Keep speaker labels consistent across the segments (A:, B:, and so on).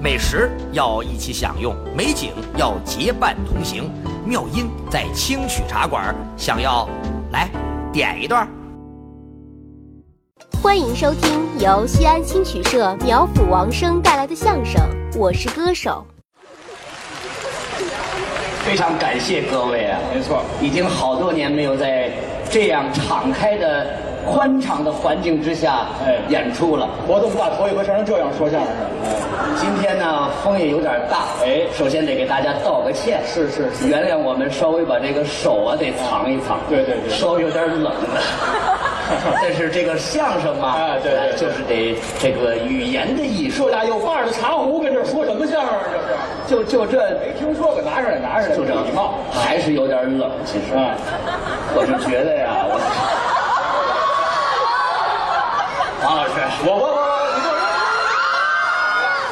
A: 美食要一起享用，美景要结伴同行。妙音在清曲茶馆，想要来点一段。
B: 欢迎收听由西安新曲社苗阜王声带来的相声《我是歌手》。
C: 非常感谢各位啊！
D: 没错，
C: 已经好多年没有在这样敞开的、宽敞的环境之下，
D: 哎
C: 演出了。
D: 我都不把头一回上成这样说相声了。
C: 今天呢，风也有点大，
D: 哎
C: 首先得给大家道个歉，
D: 是是是
C: 原谅我们稍微把这个手啊得藏一藏，
D: 对对对
C: 稍微有点冷 了。但是这个相声嘛，
D: 哎对对对
C: 就是得这个语言的艺术
D: 这，俩有把儿的茶壶跟这儿说什么相声啊？这
C: 就就这，
D: 是没听说过，拿上来拿上来，
C: 就这嗯
D: 礼貌。
C: 还是有点冷，其实。
D: 啊，
C: 我是觉得呀，我。 王老师，
D: 我我我，你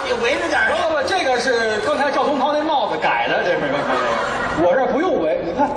D: 就是
C: 你围着点儿
D: 不不不，这个是刚才赵东堂那帽子改的，这是刚才那个。我这不用围，你看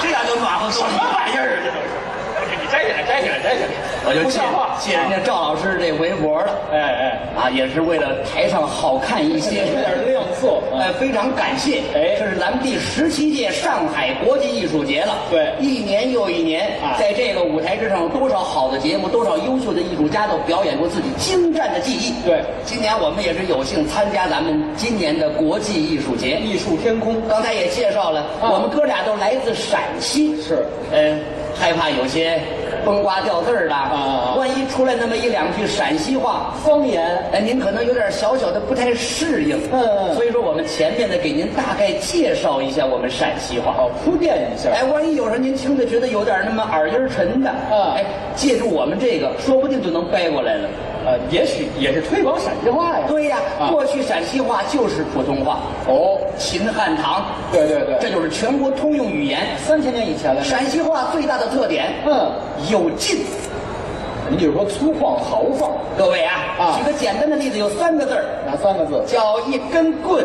C: 这样就暖和多
D: 什
C: 了。
D: 么玩意儿啊？这都是，你摘起来，摘起来，摘起来，
C: 我就
D: 不
C: 借
D: 像话。
C: 借人家赵老师这围脖了，
D: 哎哎，
C: 啊，也是为了台上好看一些，
D: 有点亮色。
C: 哎，非常感谢！
D: 哎
C: 这是咱们第十七届上海国际艺术节了。
D: 对
C: 一年又一年，
D: 啊
C: 在这个舞台之上，有多少好的节目，多少优秀的艺术家都表演过自己精湛的技艺。
D: 对
C: 今年我们也是有幸参加咱们今年的国际艺术节。
D: 艺术天空，
C: 刚才也介绍了，
D: 啊
C: 我们哥俩都来自陕西。
D: 是
C: 嗯，害怕有些崩瓜掉字儿的，
D: 啊
C: 万一出来那么一两句陕西话方言，哎，您可能有点小小的不太适应。
D: 嗯嗯
C: 所以说我们前面呢给您大概介绍一下我们陕西话。
D: 好铺垫一下。
C: 哎，万一有时候您听着觉得有点那么耳音儿沉的，
D: 嗯
C: 哎，借助我们这个，说不定就能掰过来了。
D: 呃，也许也是推广陕西话呀。
C: 对呀，
D: 啊
C: 过去陕西话就是普通话，
D: 哦，
C: 秦汉唐，
D: 对对对
C: 这就是全国通用语言。
D: 三千年以前了。
C: 陕西话最大的特点，
D: 嗯，
C: 有劲。
D: 你比如说粗犷豪放，
C: 各位啊，
D: 啊
C: 举个简单的例子，有三个字儿，
D: 哪三个字？
C: 叫一根棍。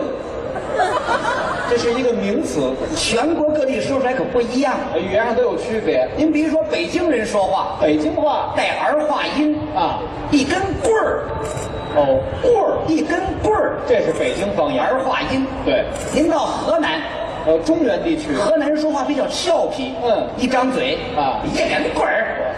D: 这是一个名词，
C: 全国各地说出来可不一样。
D: 语言上都有区别。
C: 您比如说北京人说话
D: 北京话
C: 带儿化音，
D: 啊，
C: 一根棍儿，
D: 哦，
C: 棍儿，一根棍儿，
D: 这是北京方言。
C: 儿化音。
D: 对，
C: 您到河南，
D: 呃，中原地区
C: 河南人说话比较俏皮，
D: 嗯
C: 一张嘴
D: 啊
C: 一根棍儿。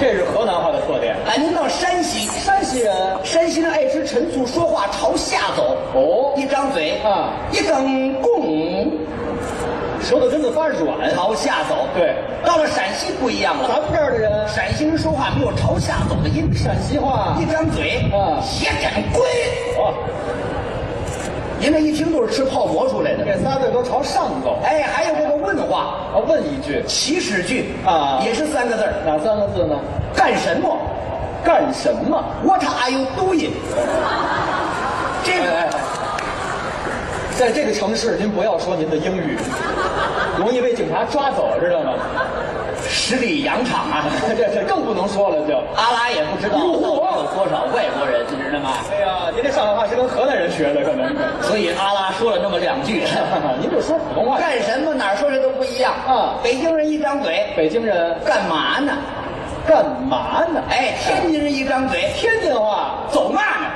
D: 这是河南话的特点。
C: 啊，您到山西，
D: 山西人
C: 山西人爱吃陈醋，说话朝下走，
D: 哦，
C: 一张嘴
D: 啊
C: 一根棍儿。
D: 舌头根子发软。
C: 朝下走。
D: 对，
C: 到了陕西不一样
D: 咱
C: 了，
D: 们这儿的人，
C: 陕西人说话没有朝下走的音，
D: 陕西话
C: 一张嘴，
D: 嗯
C: 斜杆棍，
D: 哦，
C: 您这一听都是吃泡馍出来的。
D: 这仨字都朝上走。
C: 哎，还有这个问话，
D: 啊，问一句，
C: 起始句
D: 啊
C: 也是三个字儿，
D: 哪三个字呢？
C: 干什么
D: 干什么？
C: ？What are you doing？这
D: 哎哎
C: 个
D: 哎，在这个城市，您不要说您的英语，容易被警察抓走，知道吗？
C: 十里洋场啊，
D: 这这更不能说了，就。
C: 阿拉也不知道
D: 哟
C: 到底有多少外国人，你知道吗？
D: 哎呀，您这上海话是跟河南人学的，可能 是。
C: 所以阿拉说了那么两 句，
D: 您就说普通话。
C: 干什么哪儿说这都不一样。
D: 啊
C: 北京人一张嘴，
D: 北京人
C: 干嘛呢？
D: 干嘛呢？
C: 哎，天津人一张嘴，
D: 天津话
C: 走嘛呢？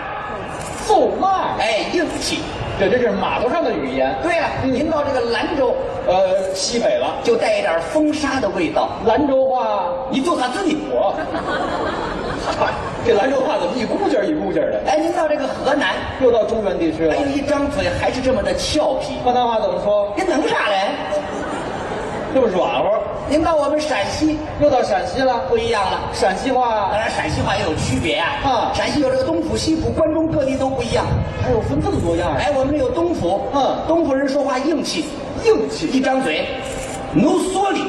D: 揍骂，
C: 哎，硬气。
D: 对，这是码头上的语言。
C: 对了，
D: 嗯
C: 您到这个兰州
D: 呃，西北了，
C: 就带一点风沙的味道。
D: 兰州话
C: 你做啥自己？
D: 我， 嗨这兰州话怎么一股劲儿一股劲儿的？
C: 哎，您到这个河南，
D: 又到中原地区了
C: 哎，呦，一张嘴还是这么的俏皮。
D: 河南话怎么说？
C: 您能啥嘞？
D: 这么软和。
C: 您到我们陕西
D: 又到陕西了，
C: 不一样了。
D: 陕西话哎
C: 当然，陕西话也有区别啊。
D: 啊
C: 陕西有这个东普、西普，关中各地都不一样。
D: 还有分这么多样儿，
C: 哎，我们这有东普，
D: 嗯
C: 东普人说话硬气，
D: 硬气。
C: 一张嘴，浓缩里，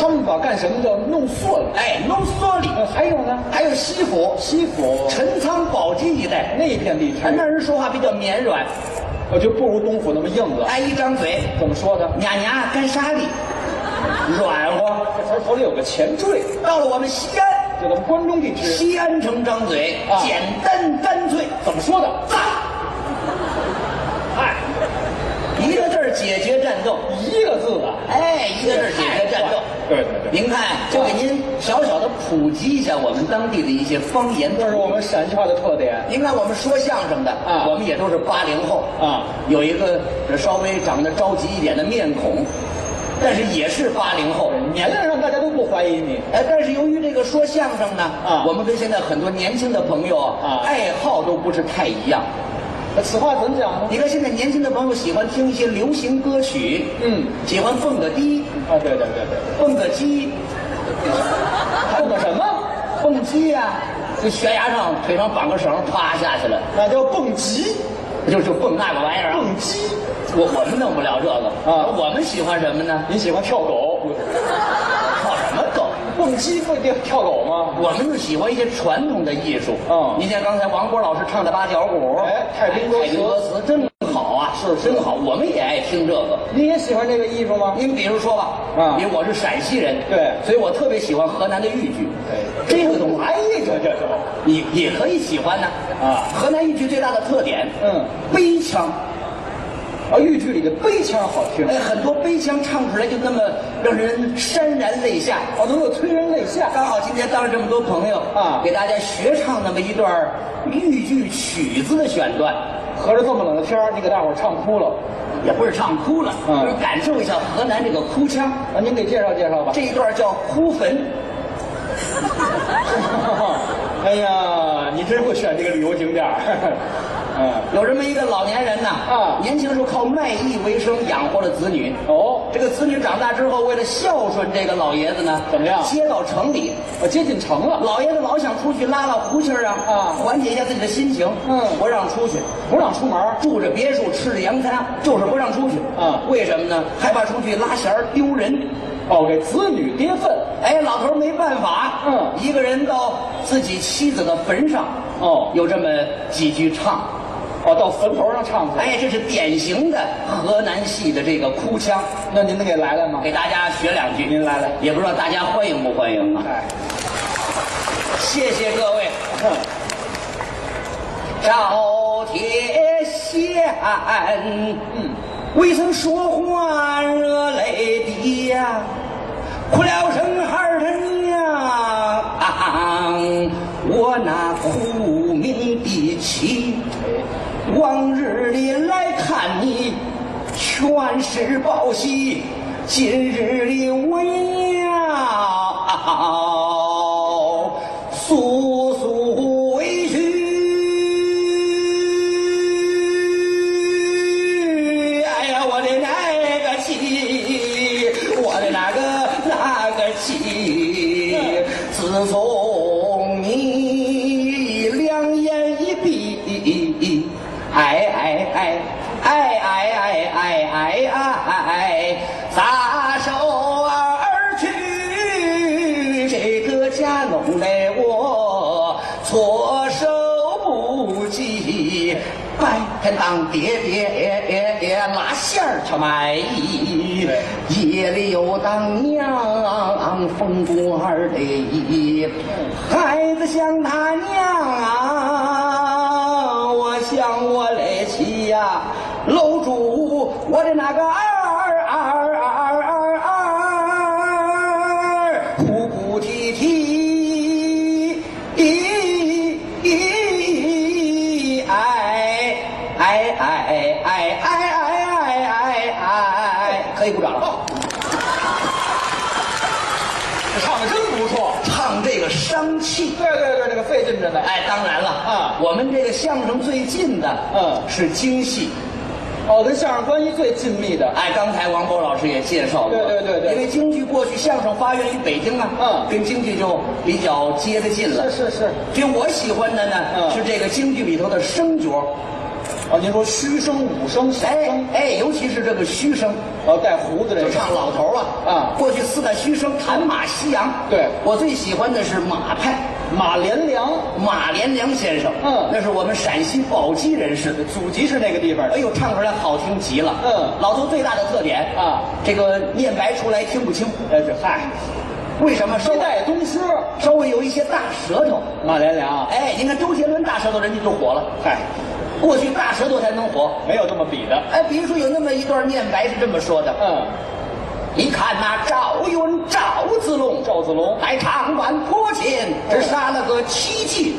D: 他们把干什么叫弄错了。
C: 哎，浓缩里。
D: 呃，还有呢，
C: 还有西府，
D: 西府嗯
C: 陈仓、宝鸡一带，
D: 那一片地区，
C: 哎那人说话比较绵软，
D: 我呃就不如东府那么硬了。
C: 哎，一张嘴，
D: 怎么说的？
C: 娘娘干啥哩？软和。
D: 这词儿头里有个前缀，
C: 到了我们西安，
D: 就咱们关中地区
C: 西安城张嘴，
D: 啊
C: 简单干脆，
D: 怎么说的？
C: 脏，
D: 哎，
C: 一个字儿解决战斗。
D: 一个字啊，
C: 哎，一个字儿解决战斗。
D: 对对对
C: 您看，就给您小小的普及一下我们当地的一些方言。
D: 这是我们陕西话的特点。
C: 您看，我们说相声的
D: 啊
C: 我们也都是八零后
D: 啊，
C: 有一个稍微长得着急一点的面孔，但是也是八零后。
D: 年龄上大家都不怀疑你，
C: 哎，但是由于这个说相声呢，
D: 啊
C: 我们跟现在很多年轻的朋友
D: 啊
C: 爱好都不是太一样。
D: 那此话怎讲呢？
C: 你看现在年轻的朋友喜欢听一些流行歌曲，
D: 嗯，
C: 喜欢蹦个迪、
D: 啊，对对对对，
C: 蹦个鸡、
D: 还有啊个什么？
C: 蹦鸡呀、就悬崖上腿上绑个绳，啪下去了，
D: 那叫蹦极，
C: 就就蹦那个玩意儿啊。
D: 蹦极。
C: 我我们弄不了这个
D: 啊
C: 我们喜欢什么呢？
D: 你喜欢跳狗？
C: 跳什么狗？
D: 蹦极不得跳狗吗？
C: 我们就喜欢一些传统的艺术。
D: 嗯
C: 您像刚才王波老师唱的八角鼓，
D: 哎太平歌词
C: 太平歌词真好啊，
D: 是是
C: 真好，我们也爱听这个。
D: 你也喜欢这个艺术吗？
C: 您比如说吧，
D: 嗯
C: 因为我是陕西人，
D: 对
C: 所以我特别喜欢河南的豫剧。这个东西，
D: 哎呀，这这这，
C: 你也可以喜欢呢。
D: 啊
C: 河南豫剧最大的特点，
D: 嗯，
C: 悲腔，
D: 啊，豫剧里的悲腔好听，
C: 哎，很多悲腔唱出来就那么让人潸然泪下。
D: 哦，能够催人泪下。
C: 刚好今天当着这么多朋友
D: 啊
C: 给大家学唱那么一段豫剧曲子的选段，
D: 合着这么冷的天儿，你给大伙儿唱哭了，
C: 也不是唱哭了，
D: 嗯
C: 就是感受一下河南这个哭腔。
D: 啊，您给介绍介绍吧。
C: 这一段叫哭坟，
D: 哎呀，你真会选这个旅游景点儿。 嗯，
C: 有这么一个老年人呐，
D: 啊
C: 年轻时候靠卖艺为生，养活了子女。
D: 哦，
C: 这个子女长大之后，为了孝顺这个老爷子呢，
D: 怎么样
C: 接到城里，
D: 我啊接近城了，
C: 老爷子老想出去拉拉胡琴儿啊，
D: 啊
C: 缓解一下自己的心情。
D: 嗯
C: 不让出去，
D: 不让出门儿。
C: 住着别墅，吃着洋餐，就是不让出去。
D: 啊
C: 为什么呢？害怕出去拉弦儿丢人。
D: 哦，给子女跌份。
C: 哎，老头儿没办法，
D: 嗯
C: 一个人到自己妻子的坟上，
D: 哦
C: 有这么几句唱。
D: 哦，到坟头上唱去。
C: 哎，这是典型的河南戏的这个哭腔，
D: 那您能给来来吗？
C: 给大家学两句。
D: 您来来
C: 也不知道大家欢迎不欢迎啊？
D: 哎，
C: 谢谢各位。
D: 哼，
C: 赵铁线，嗯，未曾说话热泪滴呀，哭了声儿他娘，我那苦命的妻，往日里来看你，全是报喜，今日里我要速速回去。哎呀，我的那个妻，我的那个那个妻，自从你两眼一闭，哎哎哎哎哎哎哎哎哎，撒手而去，这个家弄得我措手不及。白天当爹爹，拉线儿去卖艺，夜里又当娘，风光儿的一孩子想他娘啊，我想我的妻呀、搂住我的那个儿儿儿儿儿，哭哭啼啼，咦咦，哎哎哎哎哎哎哎哎，可以鼓掌了。
D: 这唱的真不错。
C: 唱这个伤气。
D: 对对对，这个费劲着呢。
C: 哎，当然了，
D: 啊
C: 我们这个相声最近的，
D: 嗯
C: 是京戏。
D: 哦，跟相声关系最紧密的。
C: 哎，刚才王波老师也介绍过，
D: 对对对对
C: 因为京剧过去相声发源于北京啊，
D: 嗯
C: 跟京剧就比较接得近了
D: 是。是是。
C: 所以我喜欢的呢、
D: 嗯
C: 是这个京剧里头的生角，
D: 哦，您说虚声、武声、小
C: 哎
D: 声，
C: 哎，尤其是这个虚声，
D: 哦，带胡子这
C: 就
D: 个。
C: 唱老头啊，
D: 啊
C: 过去四大虚声，弹马西洋，
D: 对
C: 我最喜欢的是马派。
D: 马连良，
C: 马连良先生，
D: 嗯
C: 那是我们陕西宝鸡人士，
D: 祖籍是那个地方
C: 哎
D: 的。
C: 呦，唱出来好听极了。
D: 嗯
C: 老头最大的特点
D: 啊，
C: 这个念白出来听不清，
D: 哎，这嗨，
C: 为什么？稍
D: 一
C: 微
D: 代宗师
C: 稍微有一些大舌头。
D: 马连良，
C: 哎，你看周杰伦大舌头，人家就火了。
D: 嗨，
C: 过去大舌头才能火。
D: 没有这么比的。
C: 哎，比如说有那么一段念白是这么说的：
D: 嗯，
C: 一看那赵云赵子龙，
D: 赵子龙嗯
C: 乃长坂坡前，只杀了个七进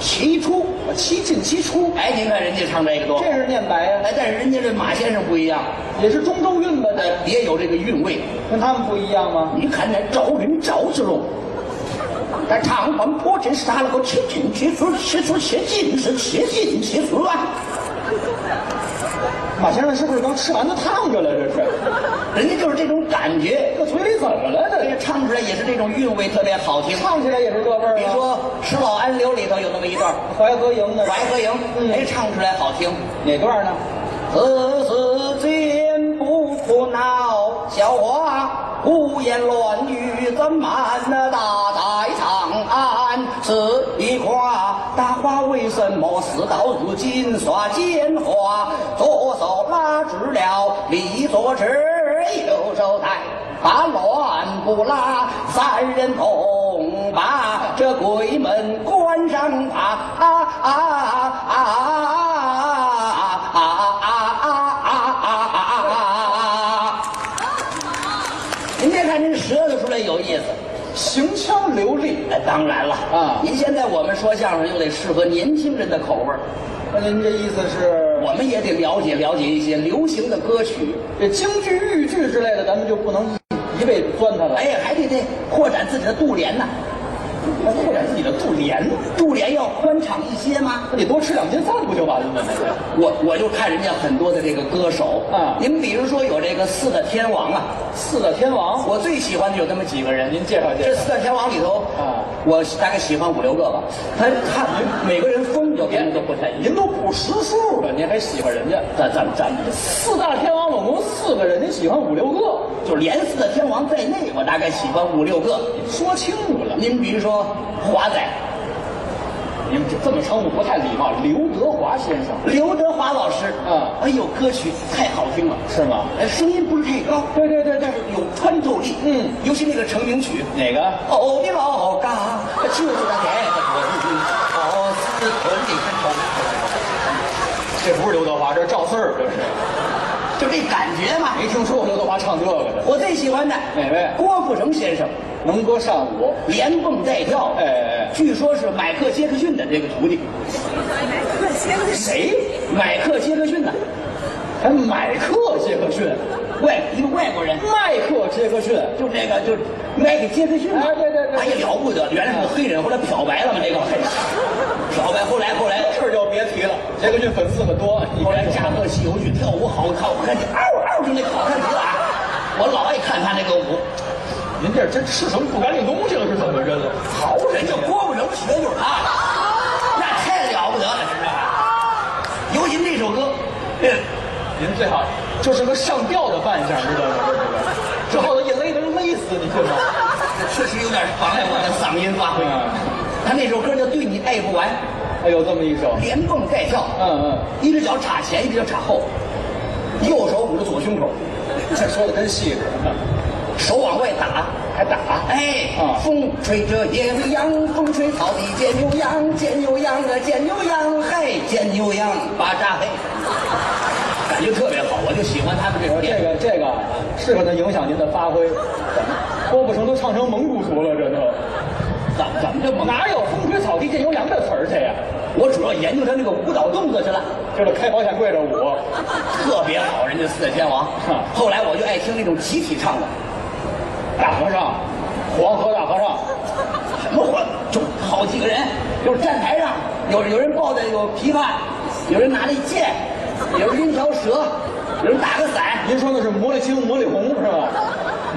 C: 七出。
D: 我七进七出，
C: 哎，您看人家唱这个多，
D: 这是念白呀、
C: 哎，但是人家这马先生不一样，
D: 也是中州韵吧？
C: 哎
D: 这，
C: 也有这个韵味。
D: 跟他们不一样吗？
C: 你看那赵云赵子龙，那长坂坡前杀了个七进七出，七出七进是七进七出啊！
D: 马先生是不是刚吃完的烫着了？这是，
C: 人家就是这种感觉，
D: 这嘴里怎么了？
C: 这
D: 这
C: 个唱出来也是这种韵味，特别好听。
D: 唱起来也是这味儿啊
C: 比
D: 吗？
C: 如说《吃老安流》里头有那么一段
D: 《淮河营》呢？
C: 《淮河营》，哎，唱出来好听。
D: 哪段呢？
C: 此时间不苦恼，笑话胡言乱语怎满那大在长安？是一花大花为什么事到如今耍奸猾？左手拉直了李左直，右手带把乱不拉，三人同把这鬼门关上啊啊啊啊啊啊啊啊啊啊啊！您别看您舌头出来有意思，
D: 行腔流利。
C: 哎，当然了您现在我们说相声又得适合年轻人的口味
D: 那您这意思是，
C: 我们也得了解了解一些流行的歌曲，
D: 这京剧、豫剧之类的，咱们就不能一味钻它了。
C: 哎，还得得扩展自己的肚帘呢、
D: 那扩展自己的肚帘，
C: 肚帘要宽敞一些吗？
D: 那你多吃两斤饭不就完了吗？
C: 我我就看人家很多的这个歌手
D: 啊
C: 您比如说有这个四大天王啊，
D: 四大天王，
C: 我最喜欢的有那么几个人，
D: 您介绍介
C: 这
D: 绍。
C: 四大天王里头
D: 啊
C: 我大概喜欢五六个吧。他他每个人风格跟人都不太一样。
D: 您都不识数了，您还喜欢人家？
C: 咱咱咱
D: 四大天王总共四个人，您喜欢五六个，
C: 就连四大天王在内，我大概喜欢五六个。
D: 说清楚了。
C: 您比如说华仔，
D: 您这这么称呼不太礼貌。刘德华先生
C: 刘德华老师
D: 啊
C: 哎呦，歌曲太好听了。
D: 是吗？
C: 哎，声音不是太高，
D: 对对对对，
C: 有穿透力。
D: 嗯，
C: 尤其那个成名曲，
D: 哪个？
C: 哦，你老嘎，就是那个屯，哦，是屯里看
D: 这不是刘德华，这是赵四儿，这是。
C: 就这感觉嘛。
D: 没听说过刘德华唱这个的。
C: 我最喜欢的
D: 哪位
C: 郭富城先生，
D: 能歌善舞，
C: 连蹦带跳，
D: 哎哎哎
C: 据说是迈克杰克逊的这个徒弟。谁？迈克杰克逊呢？
D: 还迈克杰克逊，
C: 外一个外国人，
D: 迈克杰克逊，
C: 就这个就是迈克杰克逊嘛。
D: 哎对对对
C: 哎呀，了不得，原来是个黑人，后来漂白了嘛，这个黑人漂白，后来后来。
D: 这儿就别提了。杰克逊粉丝很多，你
C: 后来
D: 看
C: 加勒西游去跳舞好看，我看你嗷嗷就那好看极了啊！我老爱看他那个舞，
D: 您这这吃什么不干净东西了？是怎么着了？
C: 好人家郭富城学就是他，
D: 啊
C: 那太了不得了，知道吧？尤其这首歌，嗯
D: 您最好就是个上吊的扮相，知道吗？这后头一勒能勒死你，对吗？
C: 确实有点妨碍我的嗓音发挥
D: 嗯。
C: 他那首歌叫《对你爱不完》，
D: 哎，有这么一首，
C: 连蹦带跳，
D: 嗯嗯，
C: 一只脚插前，一只脚插后，右手捂着左胸口，
D: 这说的真细致，
C: 手往外打，
D: 还打。
C: 哎，
D: 啊
C: 风吹着野牛羊，风吹草地见牛羊，见牛羊啊，见牛羊，嘿，见牛羊，巴扎嘿，感觉特别好，我就喜欢他们这种
D: 呃这
C: 点。
D: 个这个是可能影响您的发挥。郭富城都唱成蒙古族了，这都
C: 怎么怎么这么？
D: 哪有风吹草低见牛羊的词儿去呀？
C: 我主要研究他那个舞蹈动作去了，
D: 就是开保险柜的舞，
C: 特别好，人家四大天王
D: 哼。
C: 后来我就爱听那种集体唱的，
D: 大和尚，黄河大和尚，
C: 什么活就好几个人，就是站台上有有人抱着有琵琶，有人拿着剑，有人拎条蛇，有人打个伞。
D: 您说那是魔力青、魔力红是吧？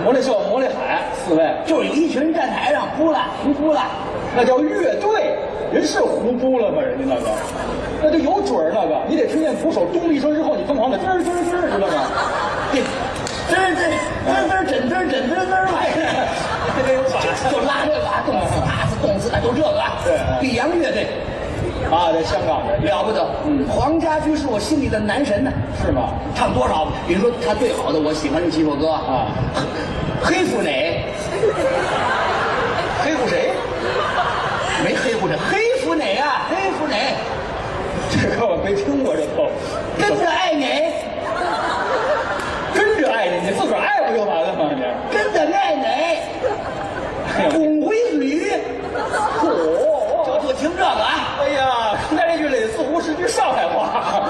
D: 魔力秀、魔力海四位，
C: 就是有一群人站台上呼啦呼呼啦，
D: 那叫乐队，人是胡扑了吗？人家那个，那就有准儿那个，你得听见鼓手咚一声之后，你疯狂的滋儿滋儿滋儿，知道吗？
C: 这滋儿滋儿滋儿滋儿整滋儿整滋儿滋儿嘛，这个有法，就拉这把动次打次动次打，就这个啊。
D: 对嗯
C: 碧阳乐队
D: 啊，在香港人
C: 了不得，嗯，黄家驹是我心里的男神呢。
D: 是吗？
C: 唱多少？比如说他最好的，我喜欢这几首歌啊，
D: 啊，
C: 黑乎哪？
D: 黑户谁？
C: 没黑乎哪？黑乎哪啊？黑乎哪？
D: 这个我没听过，这都
C: 跟着爱哪？
D: 跟着爱你，你自个儿爱不就完了吗？你功回嘴，嚯！
C: 就听这个啊，
D: 哎呀，刚才这句里似乎是句上海 话，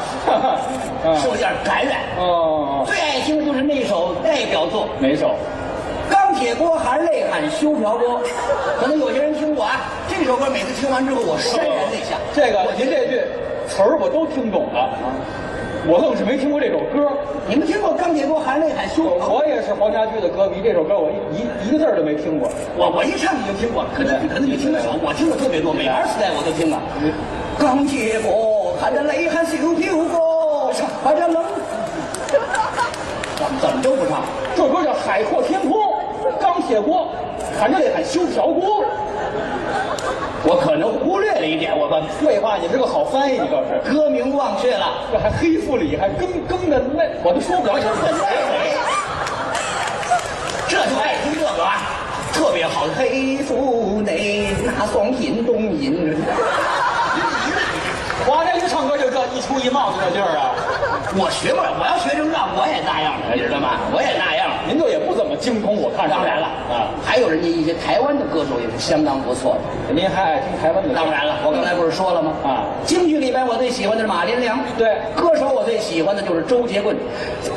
D: 嗯
C: 受点感染。
D: 哦，
C: 最爱听的就是那首代表作
D: 哪首？
C: 《钢铁锅含泪喊修瓢锅》，可能有些人听过啊。这首歌每次听完之后，我潸然泪下。
D: 这个您这句词儿我都听懂了，我愣是没听过这首歌。
C: 你们听过《钢铁锅含泪喊修瓢锅》？
D: 我也是黄家驹的歌迷，这首歌我一一一个字儿都没听过。
C: 我我一唱你就听过，可能可能你听的少，我听的特别多，美儿时代我都听了。钢铁锅含着泪喊修瓢锅，把这 冷，怎么怎么都不唱？
D: 这首歌叫《海阔天空》，钢铁锅，含着泪喊修瓢锅。
C: 我可能忽略了一点，我把
D: 废话，你是个好翻译，你倒是。
C: 歌名忘却了。
D: 这还黑腹里还更更的那，我都说不了。
C: 这就爱听这个啊，特别好。黑腹内那双银东银，
D: 黄家驹唱歌就这一出一帽子的劲儿啊！
C: 我学不了，我要学成这样，我也那样了，你知道吗？我也那样了。
D: 您就也不怎么精通，我看出
C: 当
D: 来
C: 然了啊，还有人家一些台湾的歌手也是相当不错的。
D: 您还爱听台湾的？
C: 当然了，我刚才不是说了吗？
D: 啊
C: 京剧里边我最喜欢的是马连良，
D: 对
C: 歌手我最喜欢的就是周杰棍，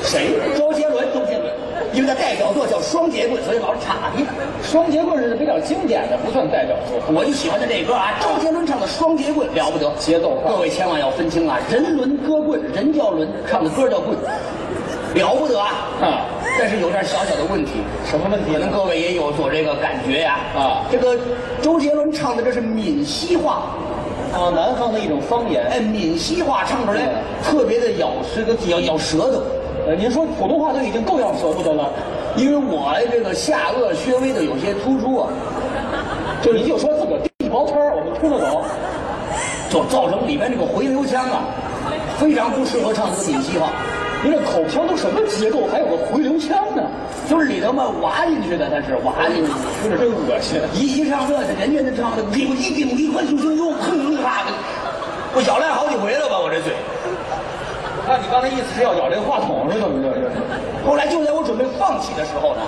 C: 谁？周杰伦，周杰伦，因为他代表作叫《双截棍》，所以老是岔劈。
D: 双截棍是比较经典的，不算代表作。
C: 我就喜欢他这歌啊，周杰伦唱的《双截棍》了不得，
D: 节奏快
C: 各位千万要分清啊，人伦歌棍，人叫伦，唱的歌叫棍，了不得啊！
D: 啊，
C: 但是有点小小的问题，
D: 什么问题
C: 可能
D: 呢？
C: 各位也有所这个感觉呀、
D: 啊
C: 这个周杰伦唱的这是闽西话，
D: 啊，南方的一种方言。
C: 哎，闽西话唱出来特别的咬舌，这个咬咬舌头。
D: 呃，您说普通话都已经够咬舌头的了，
C: 因为我这个下颚稍微的有些突出啊，
D: 就您就说自个儿地毛片儿，我们听得懂。
C: 就造成里面这个回流腔啊，非常不适合唱这个闽西话。
D: 您这口腔都什么结构，还有个回流腔呢？
C: 就是里头嘛挖进去的，它是挖进去的。
D: 听 着真恶心。
C: 一一上这去，人家那唱的顶一顶一快就就又哼哼哈的，我咬烂好几回了吧，我这嘴。
D: 那你刚才意思是要咬这个话筒是怎么着？就是。
C: 后来就在我准备放弃的时候呢，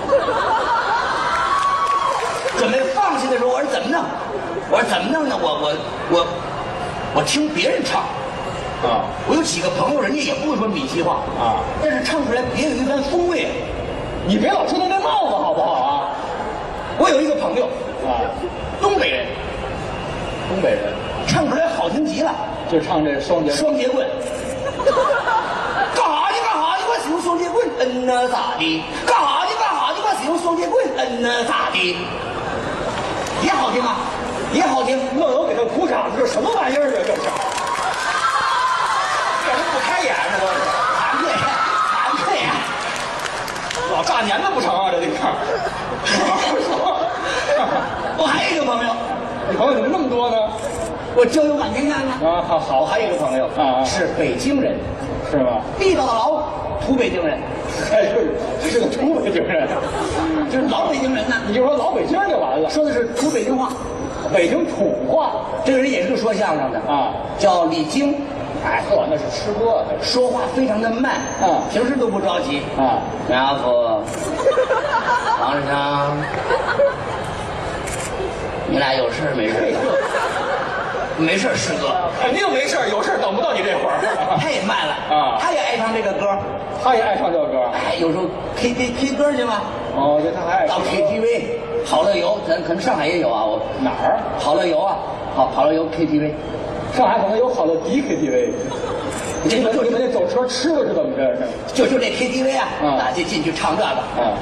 C: 准备放弃的时候，我说怎么弄？我说怎么弄呢？我我我我听别人唱，
D: 啊
C: 我有几个朋友，人家也不会说闽西话，
D: 啊！
C: 但是唱出来别有一番风味。啊
D: 你别老吹他那帽子好不好啊？
C: 我有一个朋友，
D: 啊，
C: 东北人，
D: 东北人
C: 唱出来好听极了。
D: 就唱这双节
C: 双截 棍。干哈去干哈去，快使用双截棍，嗯呐咋的？干哈去干哈去，快使用双截棍，嗯呐咋的？也好听啊，也好听。
D: 愣有给他鼓掌，这什么玩意儿啊？这是，这人不开眼啊是吧？
C: 惭愧，惭愧啊！
D: 老大年的不成啊，这地方。
C: 啊我还有一个朋友，
D: 你朋友怎么那么多呢？
C: 我交友满天下啊。
D: 啊，好，
C: 我
D: 好
C: 还有一个朋友
D: 啊啊
C: 是北京人，
D: 是吧？
C: 地道的老土北京人，
D: 哎呦，这是个土北京人，
C: 就是老北京人呢。
D: 啊你就说老北京就完了。
C: 说的是土北京话，
D: 北京土话
C: 这个人也是个说相声的
D: 啊，
C: 叫李菁。
D: 哎呵，那是吃播的
C: 说话非常的慢，
D: 嗯
C: 平时都不着急。
D: 啊。
C: 家伙，王志强，你俩有事儿没事儿？没事儿，师 哥，
D: 肯定没事儿有事儿等不到你这会儿。
C: 太慢了
D: 啊
C: 他也爱唱这个歌，
D: 他也爱唱这个歌。
C: 哎，有时候 K K K 歌去吗？
D: 哦，对，他还爱
C: 到
D: 唱
C: KTV，好乐游，咱可能上海也有啊，我
D: 哪儿？
C: 好乐游啊，好好乐游 KTV，
D: 上海可能有好乐迪 KTV。
C: 这就
D: 你们
C: 就
D: 就你们这走车吃的是怎么着？
C: 就就这 KTV 啊，
D: 嗯
C: 大家进去唱这个。
D: 啊，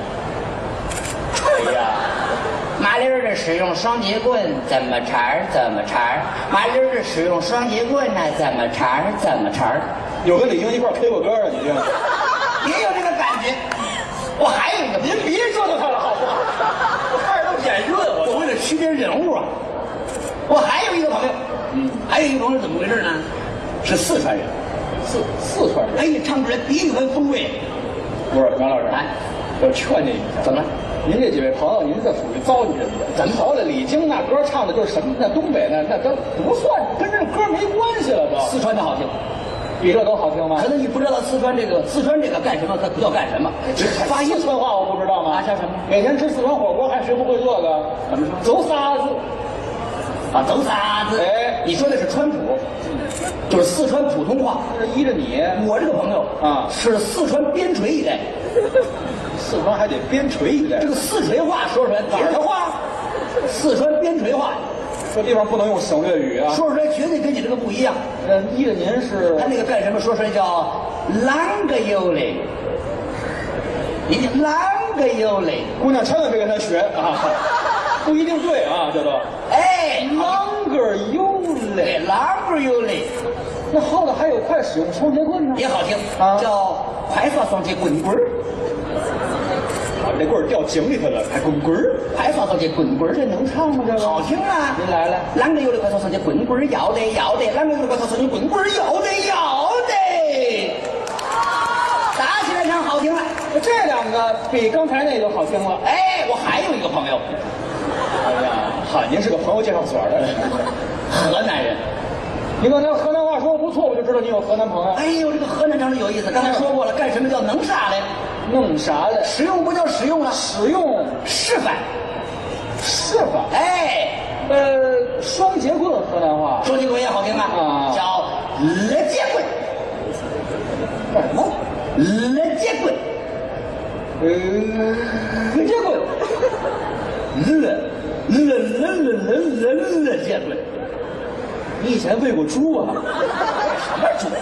C: 哎呀，麻溜儿的使用双节棍，怎么茬儿怎么茬儿；麻溜儿的使用双节棍呢，怎么茬儿怎么茬儿。
D: 有跟李菁一块儿 K 过歌啊，你这。
C: 也有这个感觉。我还有一个，
D: 您别折腾他了，好不好？我看着都眼润，我
C: 我为了区别人物啊，我还有一个朋友，嗯，还有一个朋友怎么回事呢？是四川人，
D: 四四川人。
C: 哎，你唱出来别有番风味。
D: 不是杨老师，
C: 哎
D: 我劝您一下，
C: 怎么了？
D: 您这几位朋友，您这属于糟践人家。咱们好了，李菁那歌唱的就是什么？那东北那那都不算，跟这歌没关系了都。
C: 四川的好听，
D: 比这都好听吗
C: 可？能你不知道四川这个四川这个干什么，它要干什么，发
D: 发
C: 音
D: 四川话我不知道
C: 啊
D: 吗？
C: 叫什么
D: 每天吃四川火锅还学不会这个？
C: 怎么说
D: 啊走仨字。
C: 啊，走啥子？
D: 哎
C: 你说的是川普，就是四川普通话。
D: 依着你，
C: 我这个朋友
D: 啊
C: 是四川边陲一带，
D: 四川还得边陲一带
C: 这个四陲话说出来哪
D: 哪儿的
C: 话？四川边陲话
D: 这地方不能用省略语啊。
C: 说出来绝对跟你这个不一样。
D: 嗯，依着您是
C: 他那个干什么？说出来叫啷个有嘞，你这啷个有嘞？
D: 姑娘，千万别跟他学啊，不一定对啊，这都。
C: 哎，
D: Longer you 嘞，
C: 对，啷个有嘞
D: 那后头还有快使用双截棍呢。
C: 也好听，
D: 啊
C: 叫排发双节滚滚儿，
D: 我这棍儿掉井里头了，还滚滚儿。
C: 排发双节滚滚儿，这能唱吗？这个好听啊！
D: 您来了，
C: 啷个有嘞？快双双节滚滚儿摇嘞摇嘞，啷个有嘞？快双双节滚滚儿摇嘞摇嘞，打起来唱好听了。
D: 这两个比刚才那就好听了。
C: 哎，我还有一个朋友，
D: 哎呀，哈，您是个朋友介绍所的。
C: 河南人。
D: 您刚才河南话说的不错，我就知道你有河南朋友。
C: 哎呦，这个河南长得有意思。刚才
D: 哎
C: 说过了，干什么叫能啥嘞？
D: 弄啥的？
C: 使用不叫使用了，
D: 使用
C: 示范。
D: 是吧？
C: 哎，
D: 呃，双节棍河南话，
C: 说起鬼也好听啊，
D: 啊
C: 叫勒接棍。什么？
D: 哦
C: 勒接棍，
D: 呃，没见过。
C: 勒勒勒勒勒勒勒接棍。
D: 你以前喂过猪啊？
C: 什么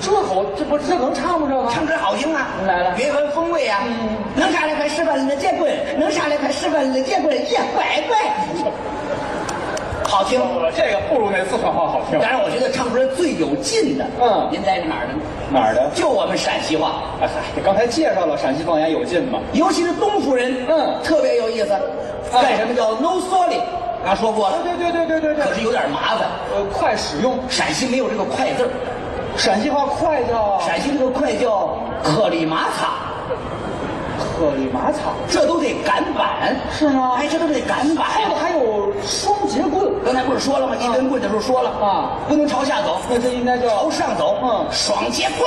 C: 主？
D: 这口这不这能唱吗？这个
C: 唱歌好听啊，
D: 嗯来了嗯
C: 别文风味啊。能啥嘞？快示范勒接棍，能啥嘞？快示范勒接棍，耶，乖 乖，好听。
D: 这个不如那四川话好听
C: 当然，我觉得唱出来最有劲的，
D: 嗯
C: 您猜是哪儿的呢？
D: 哪儿的？
C: 就我们陕西话，
D: 哎嗨，这刚才介绍了陕西方言有劲嘛。
C: 尤其是东府人，
D: 嗯
C: 特别有意思。
D: 嗯
C: 干什么叫 no sorry？刚说过了，
D: 对对对对对
C: 可是有点麻烦，
D: 呃，快使用
C: 陕西没有这个快字儿，
D: 陕西话快叫
C: 陕西这个快叫克里马塔，
D: 克里马草，
C: 这都得赶板，
D: 是吗
C: 哎，这都得赶板。
D: 后头还有双节棍，
C: 刚才不是说了吗？一根棍的时候说了
D: 啊
C: 不能朝下走，
D: 那这应该叫
C: 朝上走，
D: 嗯
C: 爽节棍，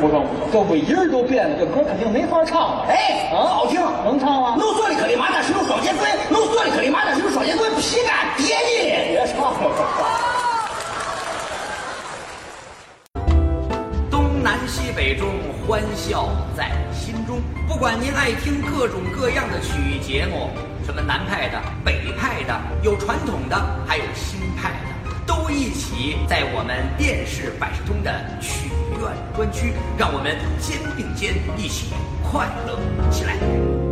D: 不成不成，这尾音儿都变了，这歌肯定没法唱了。
C: 哎，
D: 啊
C: 好听。
D: 能唱吗？
C: 弄错了可里马达使用双截棍，弄错了可里马达使用双截棍，皮干爹你！
D: 别唱了，
A: 东南西北中，欢笑在心中。不管您爱听各种各样的曲艺节目，什么南派的、北派的，有传统的，还有新派的，都一起在我们电视百事通的曲苑专区，让我们肩并肩一起快乐起来。